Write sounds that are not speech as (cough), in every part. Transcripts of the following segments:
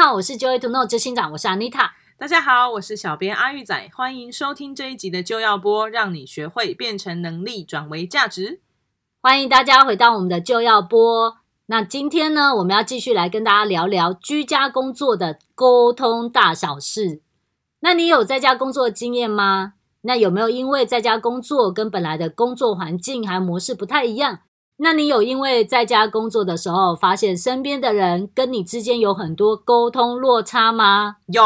好，我是 Joy to Know 执行长，我是 Anita。大家好，我是小编阿玉仔，欢迎收听这一集的就要播，让你学会变成能力转为价值。欢迎大家回到我们的就要播。那今天呢，我们要继续来跟大家聊聊居家工作的沟通大小事。那你有在家工作的经验吗？那有没有因为在家工作跟本来的工作环境还有模式不太一样？那你有因为在家工作的时候，发现身边的人跟你之间有很多沟通落差吗？有，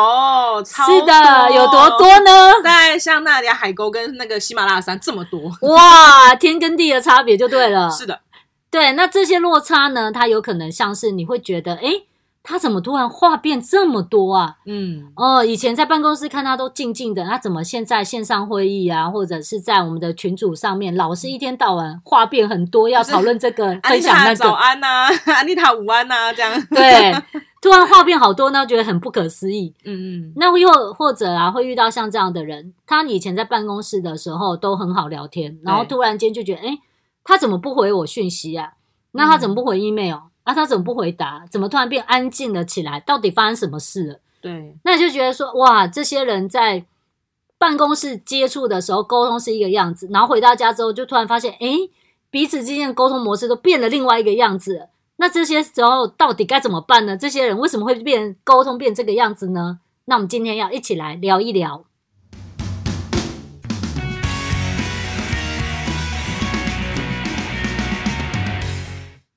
超是的，有多多呢？在香那里海沟跟那个喜马拉雅山这么多。哇，天跟地的差别就对 (laughs) 了。是的，对，那这些落差呢，它有可能像是你会觉得，诶，他怎么突然话变这么多啊？嗯，哦，以前在办公室看他都静静的，他怎么现在线上会议啊，或者是在我们的群组上面，老是一天到晚话变很多，要讨论这个，安分妮享塔那早啊个，安呐、 (laughs) 安妮塔午安呐、这样。对，突然话变好多呢，觉得很不可思议。 (laughs) 嗯嗯，那又或者啊，会遇到像这样的人，他以前在办公室的时候都很好聊天，然后突然间就觉得，哎、他怎么不回我讯息啊？那他怎么不回 email、啊？他怎么不回答？怎么突然变安静了起来？到底发生什么事了？对，那你就觉得说，哇，这些人在办公室接触的时候沟通是一个样子，然后回到家之后就突然发现，哎、彼此之间的沟通模式都变了另外一个样子了。那这些时候到底该怎么办呢？这些人为什么会变沟通变这个样子呢？那我们今天要一起来聊一聊。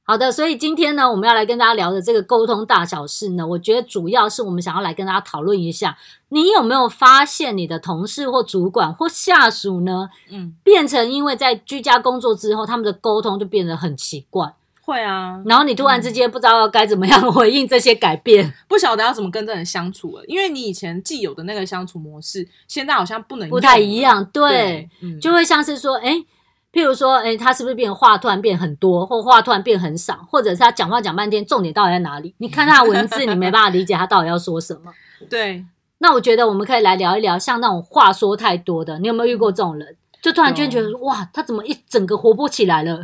好的，所以今天呢，我们要来跟大家聊的这个沟通大小事呢，我觉得主要是我们想要来跟大家讨论一下，你有没有发现你的同事或主管或下属呢，嗯，变成因为在居家工作之后，他们的沟通就变得很奇怪，会啊，然后你突然之间不知道该怎么样 (laughs) 回应这些改变。不晓得要怎么跟这人相处了，因为你以前既有的那个相处模式，现在好像不能不太用了一。样，对啊对，，嗯，就会像是说，哎、譬如说，哎、他是不是变话突然变很多，或话突然变很少，或者是他讲话讲半天，重点到底在哪里？你看他的文字，你没办法理解他到底要说什么。对，那我觉得我们可以来聊一聊，像那种话说太多的，你有没有遇过这种人？就突然间觉得说，哇，他怎么一整个活不起来了？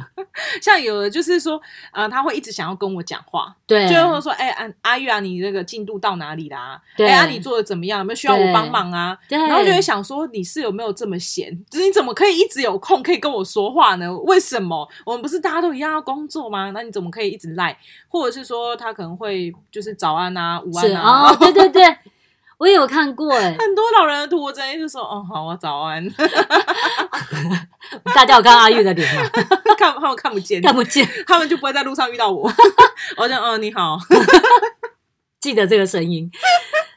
像有的就是说，呃，他会一直想要跟我讲话，对，就会说，哎、安阿玉啊，你这个进度到哪里啦？对哎、啊，你做的怎么样？有没有需要我帮忙啊？对，然后就会想说，你是有没有这么闲？就是你怎么可以一直有空可以跟我说话呢？为什么我们不是大家都一样要工作吗？那你怎么可以一直赖？或者是说他可能会就是早安啊、午是安啊。哦，对对对，我也有看过，哎， (laughs) 很多老人的图，我真的就说哦，好啊，早安， (laughs) 大家有看阿玉的脸吗？ (laughs) 看他们看不见，看不见，他们就不会在路上遇到我。我就嗯，你好，记得这个声音。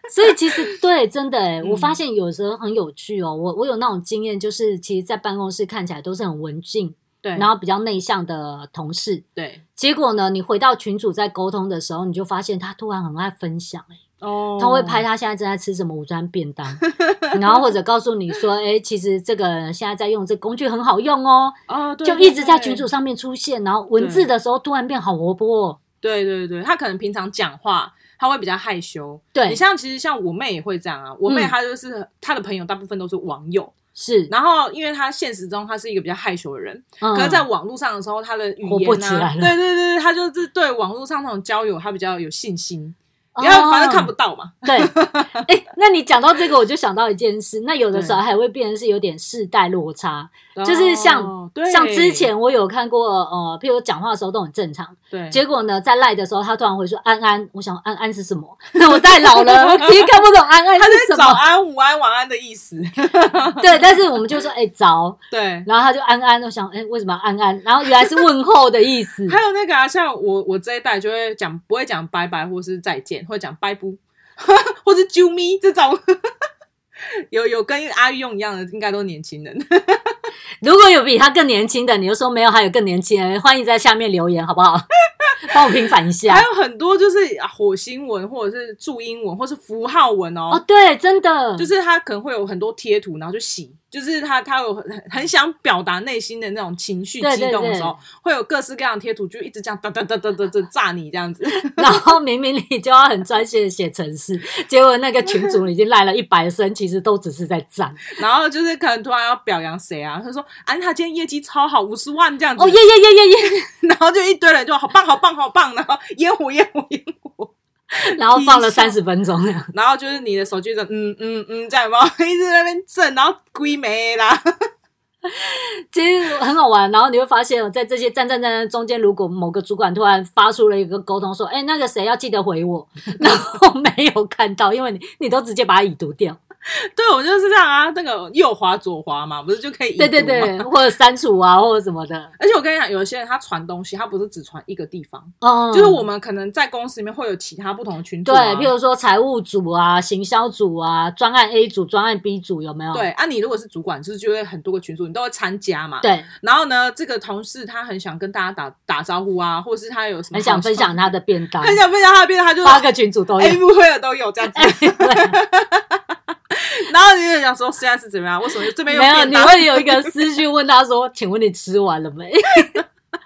所以其实对，真的哎，嗯我发现有时候很有趣哦。我我有那种经验，就是其实，在办公室看起来都是很文静，对，然后比较内向的同事，对结果呢，你回到群组在沟通的时候，你就发现他突然很爱分享哎，哦，他会拍他现在正在吃什么午餐便当， (laughs) 然后或者告诉你说，哎，其实这个人现在在用这个工具很好用哦，哦，对就对一直在对群组上面出现，然后文字对的时候突然变好活泼、哦，对对对，他可能平常讲话他会比较害羞。对你，像其实像我妹也会这样啊，我妹嗯她就是她的朋友大部分都是网友，是，然后因为她现实中她是一个比较害羞的人，嗯可是在网络上的时候她的语言、啊、活不起来了对对对，她就是对网络上那种交友她比较有信心，因为她反正看不到嘛。哦 (laughs) 对，哎、那你讲到这个，我就想到一件事，那有的时候还会变成是有点世代落差，就是像哦对像之前我有看过，呃，譬如讲话的时候都很正常，对结果呢，在赖的时候，他突然会说安安，我想安安是什么？ (laughs) 那我太老 (laughs) 了，我其实看不懂安安她是是什早么。安、午安、晚安的意思。 (laughs) 对，但是我们就说哎、早，对，然后他就安安，我想哎、为什么要安安？然后原来是问候的意 (laughs) 思。还有那个啊，像我我这一代就会讲不会讲拜拜或是再见，会讲拜 (laughs) 不，或是啾咪这种。 (laughs) 有有跟阿玉用一样的，应该都是年轻人。如果有比他更年轻的，你就说没有，还有更年轻人，欢迎在下面留言好不 (laughs) 好？帮我平反一下还。有很多就是啊火星文，或者是注音文，或是符号文哦。哦，对，真的，就是他可能会有很多贴图，然后就洗，就是他他有很很想表达内心的那种情绪对激动对的对时候，会有各式各样的贴图，就一直这样哒哒哒哒哒哒炸你这样子。 (laughs) 然后明明你就要很专心的写程式，结果那个群主已经赖了一百声，其实都只是在赞。 (laughs) 然后就是可能突然要表扬谁啊，他说：“安、他今天业绩超好，五十万这样哦子。(laughs) 哦耶耶耶耶耶！然后就一堆人就好棒好棒好棒，然后烟火烟火烟火，然后放了三十分钟， (laughs) 然后就是你的手机就嗯嗯嗯这样吗？一直在那边震，然后龟没啦。 (laughs) 其实很好玩。然后你会发现，在这些战战战战中间，如果某个主管突然发出了一个沟通，说：“哎，那个谁要记得回我。” (laughs) 然后没有看到，因为你你都直接把它已读掉，对我就是这样啊，那个右滑左滑嘛，不是就可以？对对对，。或者删除啊，或者什么的。而且我跟你讲，有些人他传东西，他不是只传一个地方，嗯，就是我们可能在公司里面会有其他不同的群组、对啊，，譬如说财务组啊、行销组啊、专案 A 组、专案 B 组有没有？对啊，你如果是主管，就是就会很多个群组，你都会参加嘛。。对，然后呢，这个同事他很想跟大家打打招呼啊，或者是他有什么很想好分享他的便当，很想哎分享他的变态，他就 (laughs) 八个哎群组都有。 A 部会的都有这样子。对然后你就想说现在是怎么样？为什么这边没有，变你大会有一个私讯问他说：“请问你吃完了没？”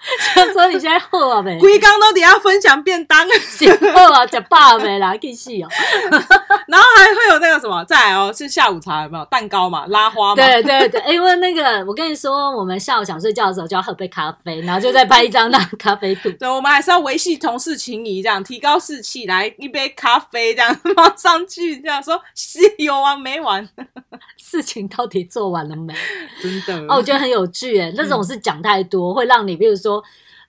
(laughs) 就说你现在饿了没？龟缸到底要分享便当， (laughs) 饿啊，吃饱了没啦？继续哦。然后还会有那个什么，再来哦，是下午茶有没有蛋糕嘛，拉花嘛，对对对，哎因为那个我跟你说，我们下午想睡觉的时候就要喝杯咖啡，然后就再拍一张那咖啡图。对，我们还是要维系同事情谊，这样提高士气，来一杯咖啡，这样 (laughs) 放上去，这样说 (laughs) 是有完没完，事情到底做完了没？真的哦，我觉得很有趣诶，那种是嗯讲太多，会让你比如说，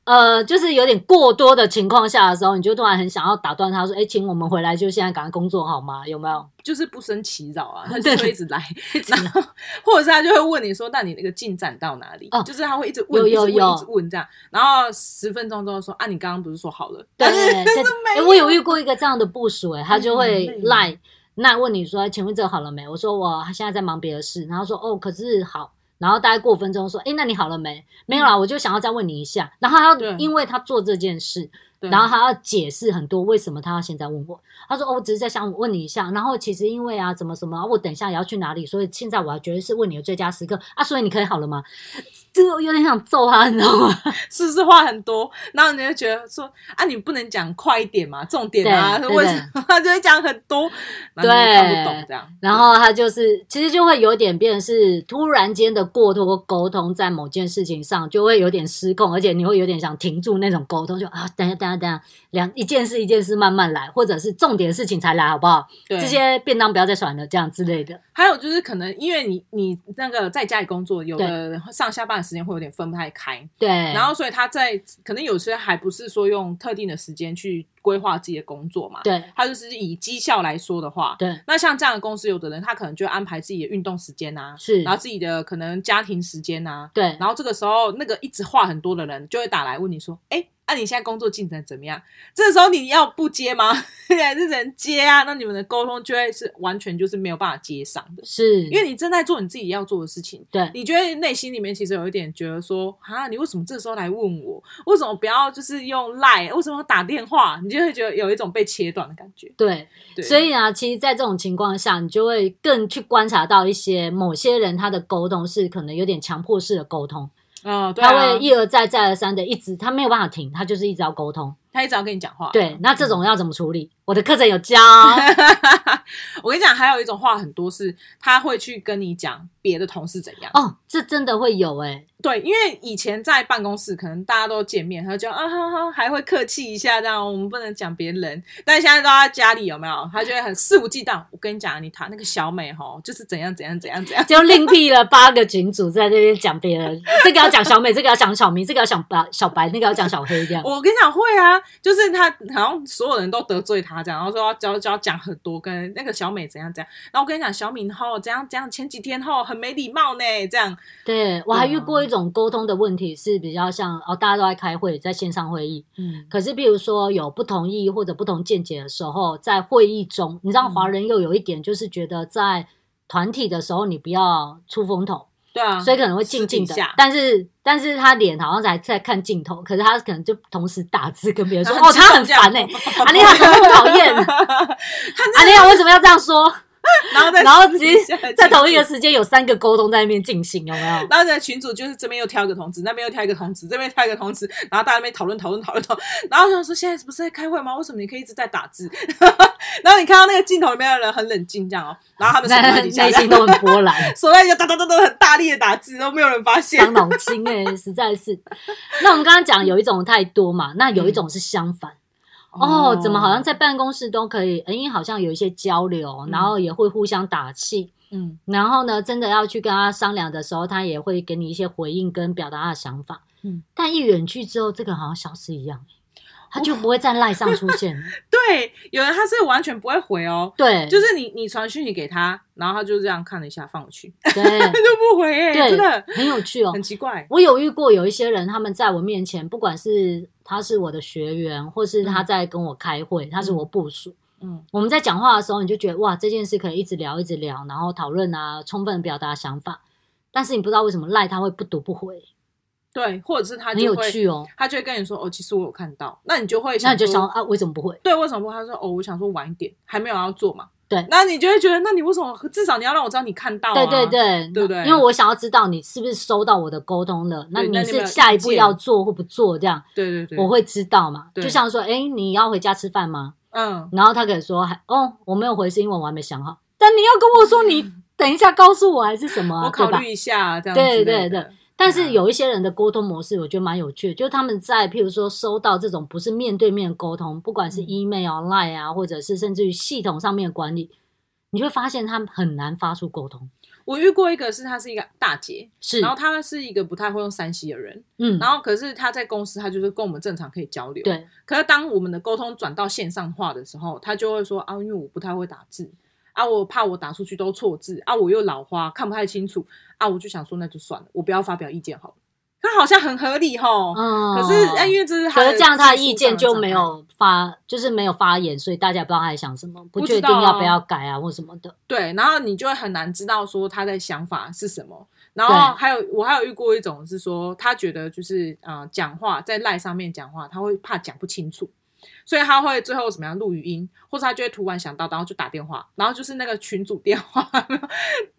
呃，就是有点过多的情况下的时候，你就突然很想要打断他说：“哎，请我们回来，就现在赶快工作好吗？”有没有？就是不生其扰啊，他 (laughs) 对就会一直 (laughs) 来，然后或者是他就会问你说，那你那个进展到哪里？啊哦就是他会一直问，有有一直问有一直问这样，然后十分钟之后说啊，你刚刚不是说好了？对但是对对，哎，我有遇过一个这样的部署，哎，他就会嗯赖那问你说，哎请问这个好了没？我说我现在在忙别的事，然后说哦，可是好。然后大概过五分钟说，哎，那你好了没？没有啦，我就想要再问你一下。然后他要嗯对因为他做这件事，对然后他要解释很多为什么他要现在问我。他说：“哦，我只是在想问你一下。然后其实因为啊，怎么什么，我等一下也要去哪里，所以现在我还觉得是问你的最佳时刻啊，所以你可以好了吗？”这个我有点想揍他，你知道吗？ (laughs) 是不是话很多？然后你就觉得说啊，你不能讲快一点嘛，重点啊，对对为什么 (laughs) 他就会讲很多？然后你对也看不懂这样，然后他就是，其实就会有点变成是突然间的过多沟通，在某件事情上就会有点失控，而且你会有点想停住那种沟通，就啊，等一下，等一下，等一下，两一件事一件事慢慢来，或者是重点事情才来，好不好？对这些便当不要再传了，这样之类的。还有就是可能因为你你那个在家里工作，有的上下班的时间会有点分不太开，对，然后所以他在可能有些还不是说用特定的时间去规划自己的工作嘛，对他就是以绩效来说的话。对那像这样的公司，有的人他可能就安排自己的运动时间啊，是然后自己的可能家庭时间啊，对，然后这个时候，那个一直话很多的人就会打来问你说：“哎，那、你现在工作进展怎么样？”这个时候你要不接吗？ (laughs) 你还是人接啊？那你们的沟通就会是完全就是没有办法接上的，是，因为你正在做你自己要做的事情。对你觉得内心里面其实有一点觉得说：“啊，你为什么这时候来问我？为什么不要就是用赖？为什么要打电话？”你就会觉得有一种被切断的感觉。对，对，所以啊，其实，在这种情况下，你就会更去观察到一些某些人他的沟通是可能有点强迫式的沟通，啊、对他啊会，一而再再而三的一直，他没有办法停，他就是一直要沟通。他一直要跟你讲话。对，那嗯这种要怎么处理？我的课程有教， (laughs) 我跟你讲，还有一种话很多是他会去跟你讲别的同事怎样。哦，这真的会有哎、对，因为以前在办公室可能大家都见面，他就啊哈哈，还会客气一下这样，我们不能讲别人。但现在都在家里有没有？他就会很肆无忌惮。我跟你讲，你谈那个小美哈，就是怎样怎样怎样怎样。就另辟了八个群主在那边讲别人，这个要讲小美，这个要讲小明，这个要讲白小白，那个要讲小黑，这样。我跟你讲会啊，就是他好像所有人都得罪他这样，然后说要教教讲很多，跟那个小美怎样怎样。然后我跟你讲，小敏后怎样怎样，前几天后很没礼貌呢，这样。对我还遇对啊过一种沟通的问题是比较像哦，大家都在开会，在线上会议，嗯，可是，譬如说有不同意或者不同见解的时候，在会议中，你知道嗯华人又有一点就是觉得在团体的时候，你不要出风头，对啊，所以可能会静静的私底下。但是，但是他脸好像在在看镜头，可是他可能就同时打字跟别人说：“然后哦，他很激动啊这样哦烦哎、阿丽塔怎么那么讨厌？阿丽塔为什么要这样 (laughs) 说 (laughs) 然后再然后私直底下接在同一进个行时间有三个沟通在那边进行，有没有？然后呢，群主就是这边又挑一个同志，那边又挑一个同志，这边又挑一个同志，然后大家在那边讨论讨论讨论讨论，然后他说现在不是在开会吗？为什么你可以一直在打字？ (laughs) 然后你看到那个镜头里面的人很冷静这样哦，(laughs) 然后他们手在那底下内心都很波澜。手在底下哒哒哒哒很大力的打字，都没有人发现伤。脑欸 (laughs) 筋哎、实在是。那我们刚刚讲有一种太多嘛，那有一种是相反。哦，怎么好像在办公室都可以，哎，好像有一些交流，然后也会互相打气。嗯然后呢，真的要去跟他商量的时候，他也会给你一些回应跟表达他的想法。嗯，但一远去之后，这个好像消失一样，欸他就不会在赖上出 (laughs) 现了。对，有人他是完全不会回哦， (laughs) 对，就是你你传讯息给他，然后他就这样看了一下放回去，对他就不回耶、对真的 (laughs) 很有趣哦很。奇怪。我有遇过有一些人，他们在我面前，不管是他是我的学员，或是他在跟我开会，他是我部属。嗯我们在讲话的时候，你就觉得哇，这件事可以一直聊，一直聊，然后讨论啊，充分表达想法。但是你不知道为什么赖他会不读不回，对，或者是他很就有会趣哦。他就会跟你说哦，其实我有看到，那你就会那你就说想啊，为什么不 (laughs) 会？对，为什么不？他说哦，我想说晚一点，还没有要做嘛。对那你就会觉得，那你为什么至少你要让我知道你看到、啊？对对对，对不对因为我想要知道你是不是收到我的沟通了，那你对那你有没是有下一意步见要做或不做这样，对对对，我会知道嘛。对就像说，哎，你要回家吃饭吗？嗯，然后他可以说，还哦，我没有回是因为我还没想好。但你要跟我说，你等一下告诉我还是什么啊、嗯我考对吧虑一嗯下这样对之类对的对，但是有一些人的沟通模式，我觉得蛮有趣的，就是他们在譬如说收到这种不是面对面沟通，不管是嗯 email、line 啊，或者是甚至于系统上面的管理，你会发现他们很难发出沟通。我遇过一个是她是一个大姐，是然，后她是一个不太会用三 C 的人，嗯，然后可是她在公司她就是跟我们正常可以交流，。对，可是当我们的沟通转到线上化的时候，她就会说啊，因为我不太会打字。啊，我怕我打出去都错字啊，我又老花，看不太清楚啊，我就想说那就算了，我不要发表意见好了。她好像很合理吼，嗯，哦可是啊因为这是她可的是这样他的技术意见上就障没碍有发，就是没有发言，所以大家不知道他在想什么，不不确知定道要不啊要改啊或什么的。对，然后你就会很难知道说他的想法是什么。然对后还有我还有遇过一种是说，他觉得就是呃讲话在赖上面讲话，他会怕讲不清楚，所以他会最后怎么样录语音，或者他就会突然想到，然后就打电话，然后就是那个群主电话， (laughs)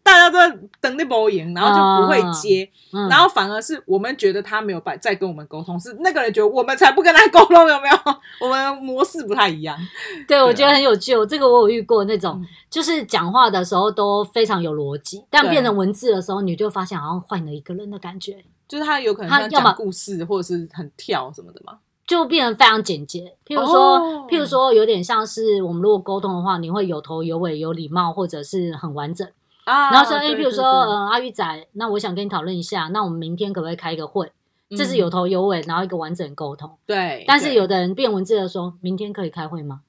大家都在等那波赢，然后就不会接，嗯，然后反而是我们觉得他没有办再跟我们沟通，是那个人觉得我们才不跟他沟通，有没 (laughs) 有？我们的模式不太一样， (laughs) 对，我对啊觉得很有趣。我这个我有遇过那种嗯，就是讲话的时候都非常有逻辑，但对变成文字的时候，你就发现好像换了一个人的感觉，就是他有可能他像要么讲故事或者是很跳什么的嘛。就变得非常简洁。譬如说，哦譬如说，有点像是我们如果沟通的话，你会有头有尾、有礼貌，或者是很完整。啊，然后说，哎、对譬如对说，对呃，阿玉仔，那我想跟你讨论一下，那我们明天可不可以开一个会？呃这是有嗯头有尾，然后一个完整沟通。对，但是对有的人变文字的说，明天可以开会吗？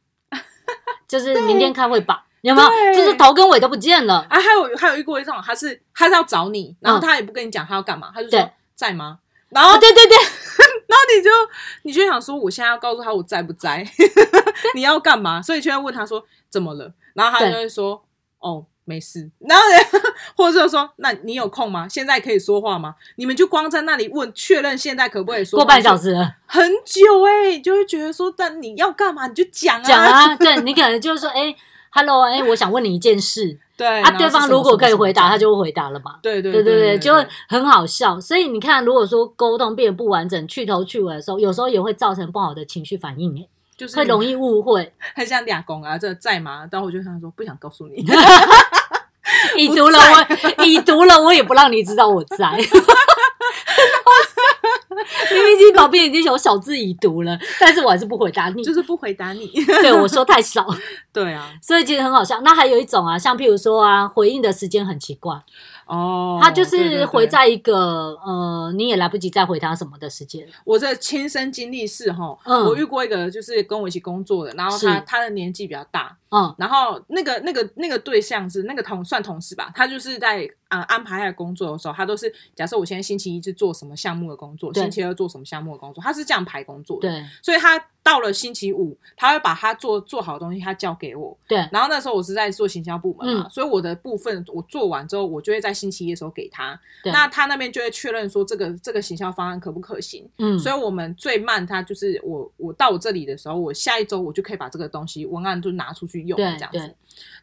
(laughs) 就是明天开会吧，有没有？对就是头跟尾都不见了。啊，还有还有遇过一种，他是他是要找你，然后嗯他也不跟你讲他要干嘛，他就对说在吗？然后哦，对对 (laughs) 对，然后你就你就想说，我现在要告诉他我在不在， (laughs) 你要干嘛？所以就会问他说怎么了，然后他对就会说哦。没事，然后呢 (laughs) 或者是说，那你有空吗？现在可以说话吗？你们就光在那里问确认现在可不可以说过话，半小时了，就很久哎、就会觉得说，但你要干嘛你就 (laughs) 讲啊，讲啊， (laughs) 对你可能就是说，哎、h e l l o 哎、我想问你一件事对啊，对方如果可以回答，他就就会回答了嘛。对对对对对，就会很好笑。所以你看，如果说沟通变得不完整、去头去尾的时候，有时候也会造成不好的情绪反应，嗯哎，就是会容易误 (laughs) 会。很想俩公啊，这个在吗？然后我就跟他说不想告 (laughs) 诉你，已读了我， (laughs) 已读了我也不让你知道我 (laughs) 在。 (laughs) 明明已经旁边已经有小字已读了，但是我还是不回答你就。是不回答你。 (laughs) 对我说太少，对啊，所以其实很好笑。那还有一种啊，像譬如说啊，回应的时间很奇怪，哦，他就对对是对回在一个呃，你也来不及再回他什么的时间。我的亲身经历是哈，嗯我遇过一个就是跟我一起工作的，然后是他他的年纪比较大，嗯然后那个那个那个对象是那个同算同事吧，他就是在啊、呃安排他的工作的时候，他都是假设我现在星期一是做什么项目的工作，对星期二做什么项目的工作，他是这样排工作的，对所以他到了星期五，他会把他做做好的东西他交给我，对嗯然后那时候我是在做行销部门嘛，所以我的部分我做完之后，我就会在星期一的时候给他。对那他那边就会确认说这个这个行销方案可不可行。嗯，所以我们最慢，他就是我我到我这里的时候，我下一周我就可以把这个东西文案就拿出去用，这对样子对。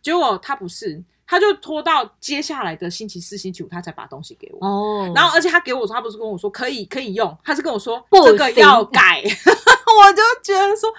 结果他不是，他就拖到接下来的星期四、星期五，他才把东西给我。哦，然后，而且他给我说，他不是跟我说可以可以用，他是跟我说不这个行要改， (laughs) 我就觉得说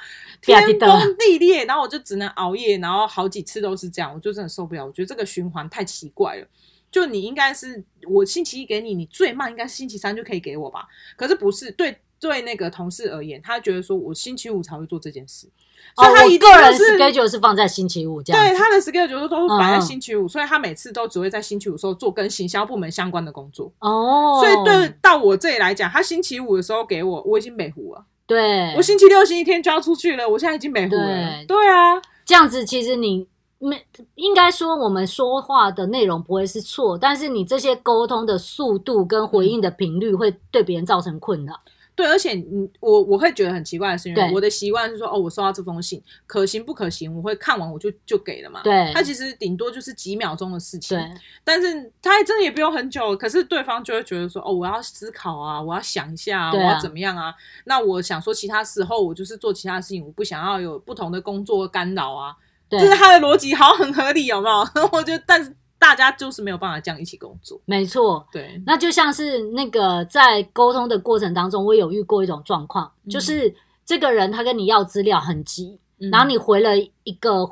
不要天记得崩地裂，然后我就只能熬夜，然后好几次都是这样，我就真的受不了，我觉得这个循环太奇怪了。就你应该是我星期一给你，你最慢应该是星期三就可以给我吧？可是不是对对那个同事而言，他觉得说我星期五才会做这件事，哦，所以他一我定个人都是 schedule 是放在星期五这样对子。他的 schedule 都是摆嗯在嗯星期五，所以他每次都只会在星期五的时候做跟行销部门相关的工作。哦，所以对到我这里来讲，他星期五的时候给我，我已经美糊了。对，我星期六、星期天就要出去了，我现在已经美糊了。对对啊，这样子其实你没应该说我们说话的内容不会是错，但是你这些沟通的速度跟回应的频率会对别人造成困扰。对，而且你我我会觉得很奇怪的是，因为对我的习惯是说，哦，我收到这封信可行不可行，我会看完我就就给了嘛。对嗯它其实顶多就是几秒钟的事情，对但是它真的也不用很久。可是对方就会觉得说，哦，我要思考啊，我要想一下、啊，我对啊要怎么样啊？那我想说，其他时候我就是做其他事情，我不想要有不同的工作干扰啊。对，就是他的逻辑好像很合理，有没有？ (laughs) 我觉得，但是大家就是没有办法这样一起工作。没错。对，那就像是那个在沟通的过程当中，我有遇过一种状况，嗯就是这个人他跟你要资料很急，嗯然后你回了一个。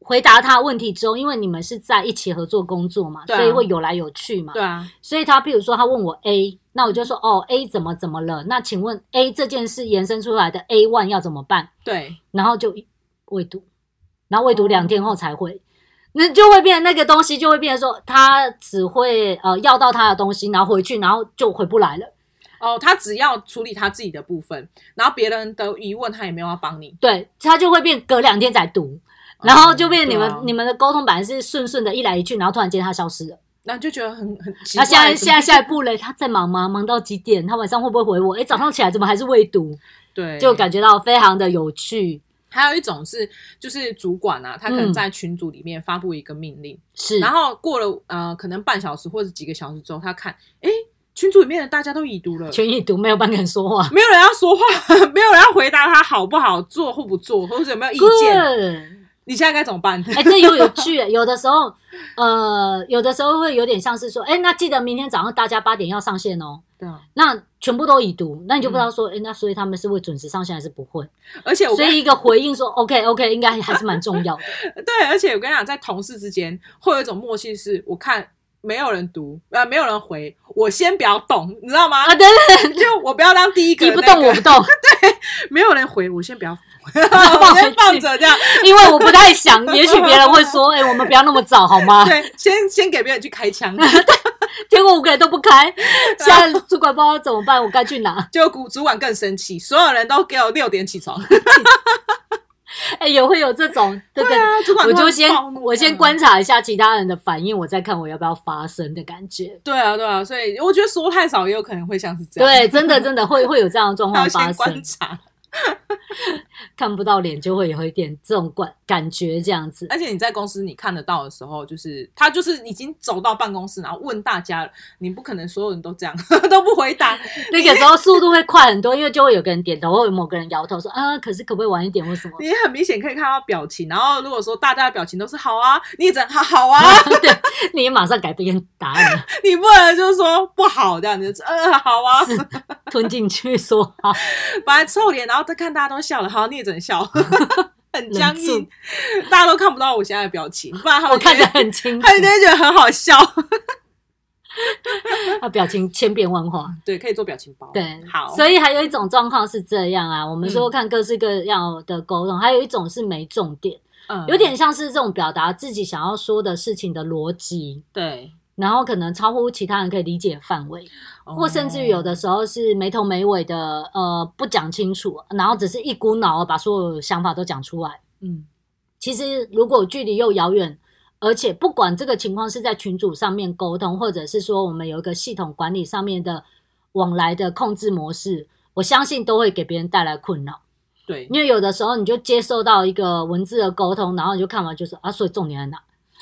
回答他问题之后，因为你们是在一起合作工作嘛，对啊所以会有来有去嘛。对啊，所以他譬如说他问我 A，那我就说哦 A 怎么怎么了？那请问 A 这件事延伸出来的 A one 要怎么办？对，然后就未读，然后未读两天后才嗯回，那就会变成那个东西就会变成说他只会呃要到他的东西，然后回去然后就回不来了。哦，他只要处理他自己的部分，然后别人的疑问他也没有要帮你，对他就会变隔两天才读，然后就变嗯你们、对啊你们的沟通本来是顺顺的一来一去，然后突然间他消失了。那就觉得很很奇那怪。现在怎现在么下一步嘞，他在忙吗？忙到几点？他晚上会不会回我？诶，早上起来怎么还是未读？对，就感觉到非常的有趣。还有一种是，就是主管啊，他可能嗯在群组里面发布一个命令，是，然后过了呃可能半小时或者几个小时之后，他看，哎，群组里面的大家都已读了，全已读，没有半个人说话。没有人要说话， (laughs) 没有人要回答他好不好做或不做，或者有没有意见。 Good，你现在该怎么办？ (laughs) 哎、这又有趣。有的时候，呃，有的时候会有点像是说，哎、那记得明天早上大家八点要上线哦。 (laughs) 对啊，那全部都已读，那你就不知道说，哎、那所以他们是会准时上线还是不会？而且嗯我所跟以一个回应说，OK OK，应该还是蛮重要的。对，而且我跟你讲，在同事之间会有一种默契是，我看没有人读，呃，没有人回，我先不要动，你知道吗？啊，对对，就我不要当第一个、对你那不个，动我不动，没有人回，我先不要， (laughs) 放我回先去放着这样，因为我不太想，也许别人会说，哎、我们不要那么早好吗？对，先先给别人去 (laughs) 开枪。结果五个人都不开，现在主管不知道怎么办，我该去哪？就主主管更生气，所有人都给我六点起床，哎、也会有这种，对不对？啊，主管我突然就先暴怒我先。观察一下其他人的反应，我再看我要不要发声的感觉。对啊，对啊，所以我觉得说太少也有可能会像是这样，对，真的真的会会有这样的状要况发先观生，察。看不到脸就会有一点这种感感觉这样子。而且你在公司你看得到的时候，就是他就是已经走到办公室，然后问大家了，你不可能所有人都这样 (laughs) 都不回 (laughs) 答。那个时候速度会快很多，因为就会有个人点头，或者某个人摇头说啊，可是可不可以晚一点或什么？你很明显可以看到表情，然后如果说大家的表情都是好啊，你也只能好好啊， (laughs) 对，你也马上改变答案了，你不能就是说不好这样，你就呃好啊， (laughs) 吞进去说啊好。把它臭脸，然后再看大家都笑了，好，你也只 (laughs) 能笑，很僵忍硬，大家都看不到我现在的表情，不然他们我看觉得得很清楚他，们就会觉得很 (laughs) 好笑。他啊表情千变万化。对，可以做表情包。对，好，嗯所以以还有一种状况是这样啊，我们说看各式各样的沟通，还有一种是没重点，嗯有点像是这种表达自己想要说的事情的逻辑，对，然后可能超乎其他人可以理解范围，或甚至于有的时候是没头没尾的，呃，不讲清楚，然后只是一股脑儿把所有想法都讲出来。嗯。其实如果距离又遥远。而且不管这个情况是在群组上面沟通，或者是说我们有一个系统管理上面的往来的控制模式，我相信都会给别人带来困扰。对，因为有的时候你就接受到一个文字的沟通，然后你就看完就说啊，所以重点在哪？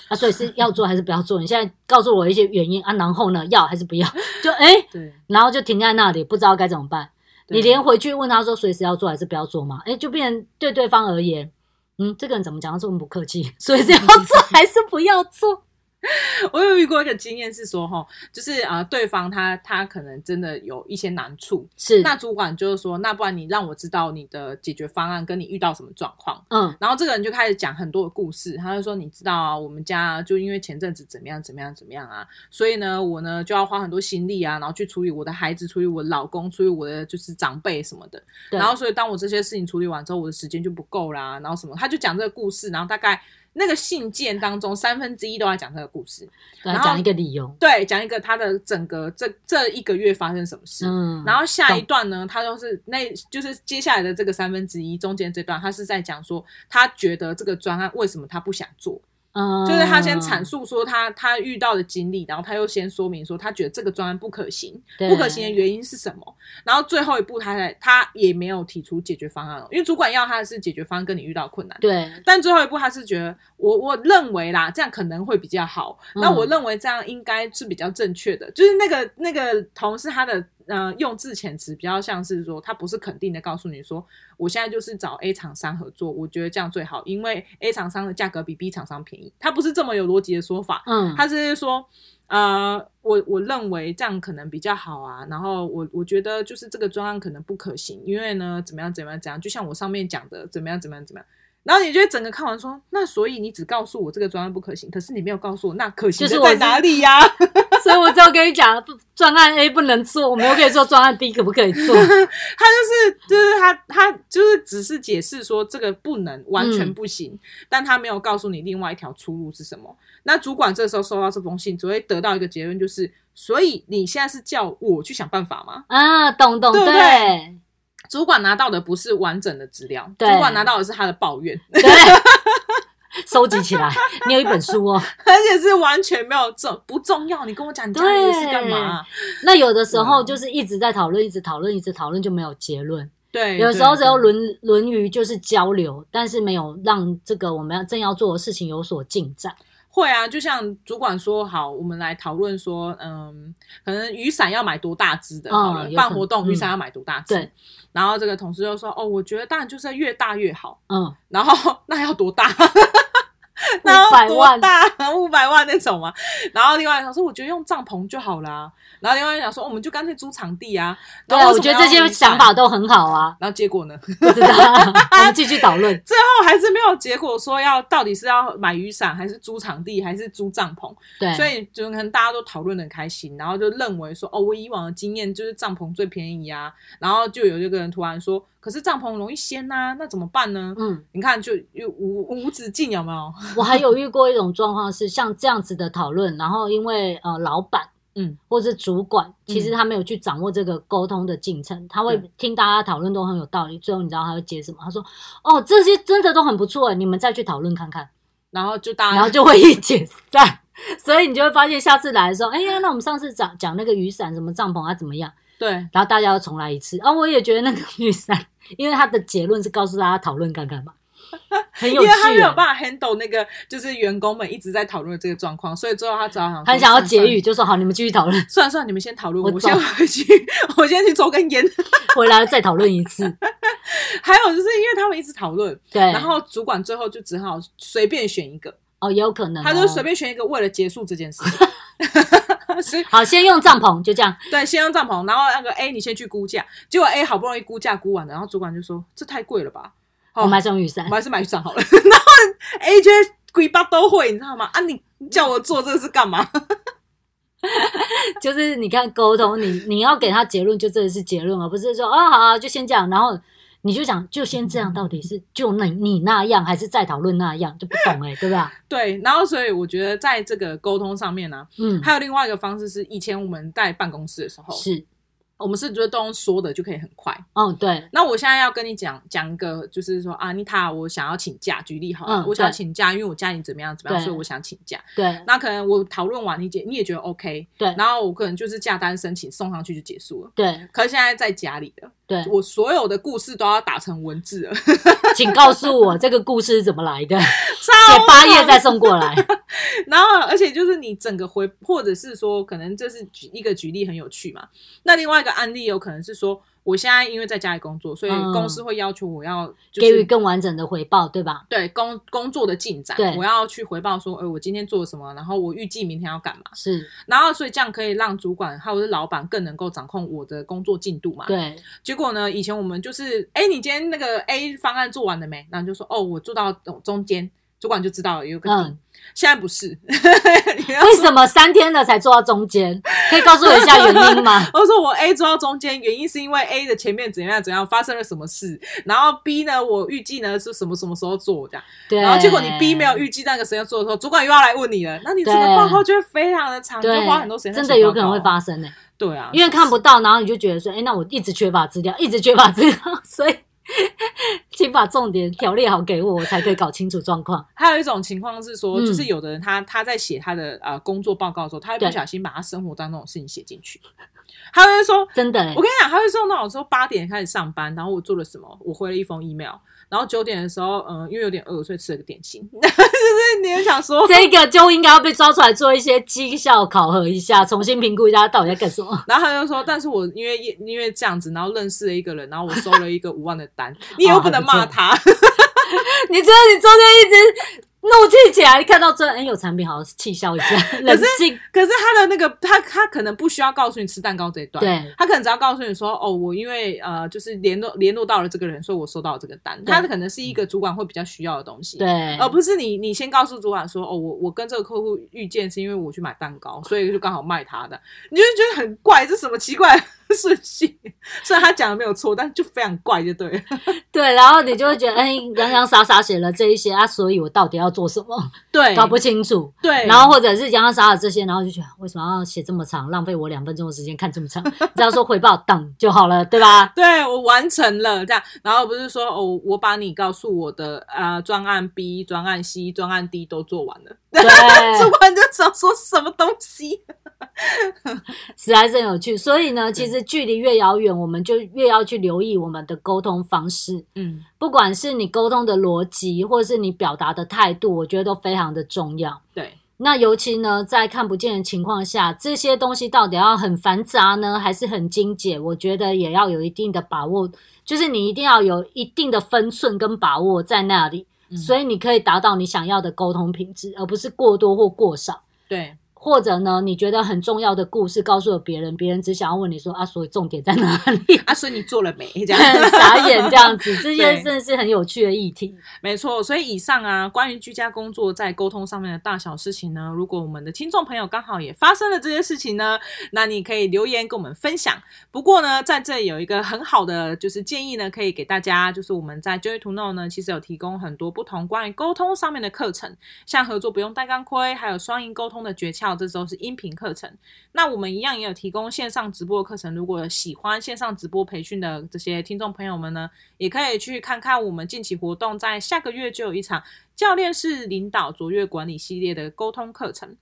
啊，所以是要做还是不要做？你现在告诉我一些原因啊，然后呢，要还是不要？ (laughs) 就哎、对，然后就停在那里，不知道该怎么办。对你连回去问他说随时要做还是不要做嘛？哎、就变成对 (laughs) (laughs) 对方而言，嗯，这个人怎么讲话这么不客气？随时要做还是不要做？我有遇过一个经验是说，哈，就是啊、呃对方他他可能真的有一些难处，是，那主管就是说，那不然你让我知道你的解决方案跟你遇到什么状况。嗯然后这个人就开始讲很多的故事，他就说：“你知道啊，我们家啊就因为前阵子怎么样怎么样怎么样啊，所以呢，我呢就要花很多心力啊，然后去处理我的孩子，处理我的老公，处理我的就是长辈什么的。对然后所以当我这些事情处理完之后，我的时间就不够啦，然后什么，他就讲这个故事，然后大概那个信件当中三分之一都在讲这个故事，来然后讲一个理由，对，讲一个他的整个这这一个月发生什么事。嗯，然后后下一段呢，他都是那就是接下来的这个三分之一中间这段，他是在讲说他觉得这个专案为什么他不想做，嗯，就是他先阐述说他他遇到的经历，然后他又先说明说他觉得这个专案不可行，对不可行的原因是什么，然后最后一步他才他也没有提出解决方案哦，因为主管要他的是解决方案跟你遇到的困难，对，但最后一步，他是觉得我我认为啦，这样可能会比较好。嗯那、我认为这样应该是比较正确的，就是那个那个同事他的呃用字遣词比较像是说，他不是肯定的告诉你说，我现在就是找 A 厂商合作，我觉得这样最好，因为 A 厂商的价格比 B 厂商便宜。他不是这么有逻辑的说法，嗯，他是说，呃，我我认为这样可能比较好啊。然后我我觉得就是这个专案可能不可行，因为呢，怎么样怎么样怎样，就像我上面讲的，怎么样怎么样怎么样。然后你就会整个看完说，那所以你只告诉我这个专案不可行，可是你没有告诉我那可行就是的我在是哪里呀、所以我只有跟你讲，不专案 A 不能做，我们又可以做专案 B，可不可以做？他就是就是他他就是只是解释说这个不能完全不行，但他没有告诉你另外一条出路是什么。那主管这时候收到这封信，只会得到一个结论，就是所以你现在是叫我去想办法吗？啊，懂懂，对不对主管拿到的不是完整的资料，主对管拿到的是他的抱怨， (laughs) 对， (laughs) 收集起来，你有一本书哦。而且是完全没有重不重要。你跟我讲你家里的事干嘛？那有的时候嗯就是一直在讨论，一直讨论，一直讨论就没有结论。对，有的时候只哎对嗯有沦沦于就是交流，但是没有让这个我们要正要做的事情有所进展。会啊，就像主管说好，我们来讨论说，嗯，可能雨伞要买多大支的，哦好了有可能办活动嗯雨伞要买多大支。对，然后这个同事就说，哦，我觉得当然就是越大越好。嗯，然后 (laughs) 那要多 (laughs) 大？那五百要多万，大？ (laughs) 五百万那种嘛。然后另外想说，我觉得用帐篷就好啦。然后另外想说，我们就干脆租场地啊。对然后，为我什觉么得要这些雨伞想法。都很好啊。然后结果呢？ (laughs) 最不知道， (laughs) 我们继续讨论。后还是没有结果，说要到底是要买雨伞，还是租场地，还是租帐篷？对，所以就可能大家都讨论的很开心，然后就认为说，哦，我以往的经验就是帐篷最便宜啊。然后就有一个人突然说，可是帐篷容易掀呐、那怎么办呢？嗯，你看，就又无无止境，有没有？我还有遇过一种状况是像这样子的讨论，然后因为呃老板。嗯，或是主管，其实他没有去掌握这个沟通的进程，他会对听大家讨论都很有道理，最后你知道他会接什么？他说：“哦，这些真的都很不错，欸你们再去讨论看看。”然后就大家然后就会一解散， (laughs) 所以你就会发现下次来的时候，哎呀，那我们上次讲讲那个雨伞什么帐篷啊怎么样？对然后大家要重来一次啊！我也觉得那个雨伞，因为它的结论是告诉大家讨论看看嘛，很有因为他没趣有啊。办法 handle 那个，就是员工们一直在讨论这个状况，所以最后他只好想很想要结语，语。就说好，你们继续讨论，算了算了，你们先讨论，我我走先回去， (laughs) 我先去抽根烟。回来再讨论一 (laughs) 次。还有就是因为他们一直讨论，对，然后主管最后就只好随便选一个，哦，也有可能、哦，他就随便选一个，为了结束这件事情。 (laughs) 所以好，先用帐篷，就这样。对，先用帐篷，然后那个 A 你先去估价，结果 A 好不容易估价估完了，然后主管就说这太贵了吧，好我们还是用雨伞哦我们，还是买雨伞好了。 (laughs) 然后 A 觉得鬼巴都会，你知道吗？啊，你叫我做这个是干嘛？ (laughs) 就是你看沟通，你你要给他结论，就真的是结论，而不是说啊好啊，就先这样，然后你就想就先这样，到底是就那你那样，还是再讨论那样，就不懂哎、对吧？对，然后所以我觉得在这个沟通上面呢、嗯，还有另外一个方式是，以前我们在办公室的时候，是，我们是觉得都用说的就可以很快。哦对，那我现在要跟你讲讲一个，就是说啊，妮塔，我想要请假，举例好了，嗯我想要对请假，因为我家里怎么样怎么样，对所以我想请假。对那可能我讨论完，你姐你也觉得 OK，对然后我可能就是假单申请送上去就结束了。对可是现在在家里了，对，我所有的故事都要打成文字了，请告诉我这个故事是怎么来的，写超八页再送过来。然后，而且就是你整个回，或者是说，可能这是举一个举例很有趣嘛。那另外一个案例有可能是说，我现在因为在家里工作，所以嗯公司会要求我要 (laughs) 就给予是更完整的回报，对吧？对工工作的进展对，我要去回报说，哎、我今天做了什么，然后我预计明天要干嘛，是然后所以这样可以让主管还有是老板更能够掌控我的工作进度嘛。 (laughs) 对，结果呢，以前我们就是，哎，你今天那个 A 方案做完了没？然后就说，哦，我做到中间，主管就知道了有个 D、嗯哎现在不是， (laughs) 你 (laughs) 要？为什么三天了才做到中间？可以告诉我一下原因吗 (laughs) 我说我 A 做到中间，原因是因为 A 的前面怎样怎样发生了什么事，然后 B 呢，我预计呢是什么什么时候做这样，对，然后结果你 B 没有预计那个时间做的时候，主管又要来问你了，那你这个对报告就会非常的长，就对，花很多时间在真写报告，的有可能会发生呢、欸对啊，因为看不到，然后你就觉得说，哎、那我一直缺乏资料，一直缺乏资料， (laughs) 所以请把重点条列好给我，我才可以搞清楚状况。还有一种情况是说，嗯就是有的人他他在写他的呃工作报告的时候，他会对不小心把他生活当中的事情写进去，他会说。真的、欸我，跟你讲，他会说那种说八点开始上班，然后我做了什么？我回了一封 email，然后九点的时候，嗯，因为有点饿，所以吃了个点心。 (laughs) 就是你也想说，这个就应该要被抓出来做一些绩效考核一下，重新评估一下他到底在干什 (laughs) 么。然后他就说，但是我因为因为这样子，然后认识了一个人，然后我收了一个五万的 (laughs) 单，你哦又不能骂他，你觉得你中间一直怒气起来，看到这，哎、有产品好好气消一下，冷静。 (laughs) 可是他的那个他他可能不需要告诉你吃蛋糕这一段，对他可能只要告诉你说，哦，我因为呃就是联络联络到了这个人，所以我收到了这个单，对他可能是一个主管会比较需要的东西，对，，而哦不是你你先告诉主管说，哦，我我跟这个客户遇见是因为我去买蛋糕，所以就刚好卖他的，你就会觉得很怪，这什么奇怪的顺序？虽然他讲的没有错，但就非常怪，就对了。对，然后你就会觉得，哎、洋洋洒洒写了这一些啊，所以我到底要做什么，对，搞不清楚。对，然后或者是洋洋洒洒这些，然后就觉得为什么要写这么长，浪费我两分钟的时间看这么长？只要说回报等就好了，对吧？对我完成了这样，然后不是说哦，我把你告诉我的啊、呃专案 B、专案 C、专案 D 都做完了， (laughs) 对，做完就想说什么东西？实在是很有趣。所以呢，其实距离越遥远，我们就越要去留意我们的沟通方式，嗯，不管是你沟通的逻辑，或是你表达的态度，我觉得都非常的重要。对，那尤其呢，在看不见的情况下，这些东西到底要很繁杂呢，还是很精简？我觉得也要有一定的把握，就是你一定要有一定的分寸跟把握在那里，嗯所以你可以达到你想要的沟通品质，而不是过多或过少。对或者呢，你觉得很重要的故事告诉了别人，别人只想要问你说啊，所以重点在哪里？ (laughs) 啊，所以你做了没？ (laughs) 这样，傻眼这样 (laughs) 子，这些对真的是很有趣的议题。没错。所以以上啊，关于居家工作在沟通上面的大小事情呢，如果我们的听众朋友刚好也发生了这些事情呢，那你可以留言跟我们分享。不过呢，在这里有一个很好的就是建议呢，可以给大家，就是我们在 Joy to Know 呢，其实有提供很多不同关于沟通上面的课程，像合作不用戴钢盔，还有双赢沟通的诀窍，这都是音频课程。那我们一样也有提供线上直播的课程，如果喜欢线上直播培训的这些听众朋友们呢，也可以去看看我们近期活动，在下个月就有一场教练式领导卓越管理系列的沟通课程。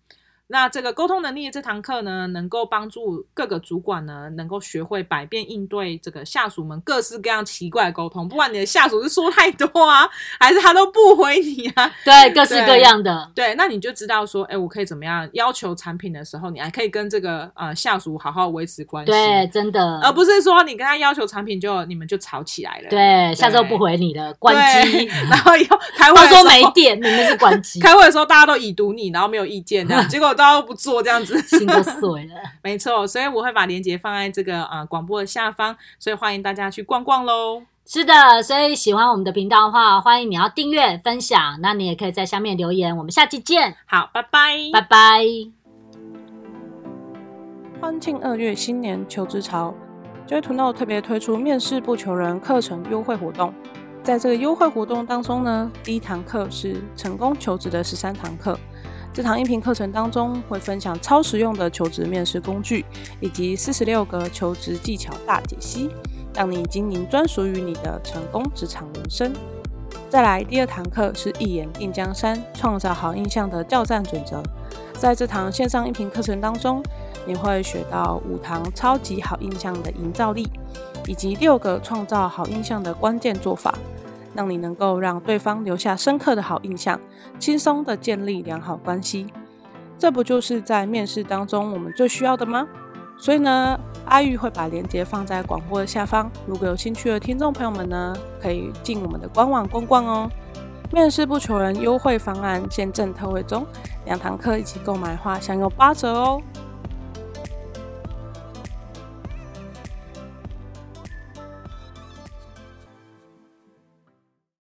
那这个沟通能力的这堂课呢，能够帮助各个主管呢，能够学会百变应对这个下属们各式各样奇怪的沟通，不管你的下属是说太多啊， (laughs) 还是他都不回你啊，对，各式各对样的，对，那你就知道说，哎，我可以怎么样要求产品的时候，你还可以跟这个呃下属好好维持关系，呃对，真的，而不是说你跟他要求产品就你们就吵起来了，对，下周对不回你了，关机。，对 (laughs) 然后以后开会他的时说候没电，明明是关机，开会的时候大家都已读你，然后没有意 (laughs) 见这样，结果大家都不做这样子， (laughs) 心都碎了。没错，所以我会把链接放在这个啊、呃广播的下方，所以欢迎大家去逛逛喽。是的，所以喜欢我们的频道的话，欢迎你要订阅、分享，那你也可以在下面留言。我们下期见，好，拜拜，拜拜。欢庆二月新年求职潮，Joy to Know 特别推出面试不求人课程优惠活动。在这个优惠活动当中呢，第一堂课是成功求职的十三堂课。这堂音频课程当中会分享超实用的求职面试工具，以及四十六个求职技巧大解析，让你经营专属于你的成功职场人生。再来第二堂课是一眼定江山，创造好印象的教战准则。在这堂线上音频课程当中，你会学到五堂超级好印象的营造力，以及六个创造好印象的关键做法，让你能够让对方留下深刻的好印象，轻松的建立良好关系。这不就是在面试当中我们最需要的吗？所以呢，阿玉会把链接放在广播的下方，如果有兴趣的听众朋友们呢，可以进我们的官网逛逛哦。面试不求人优惠方案现正特惠中，两堂课一起购买的话享有八折哦。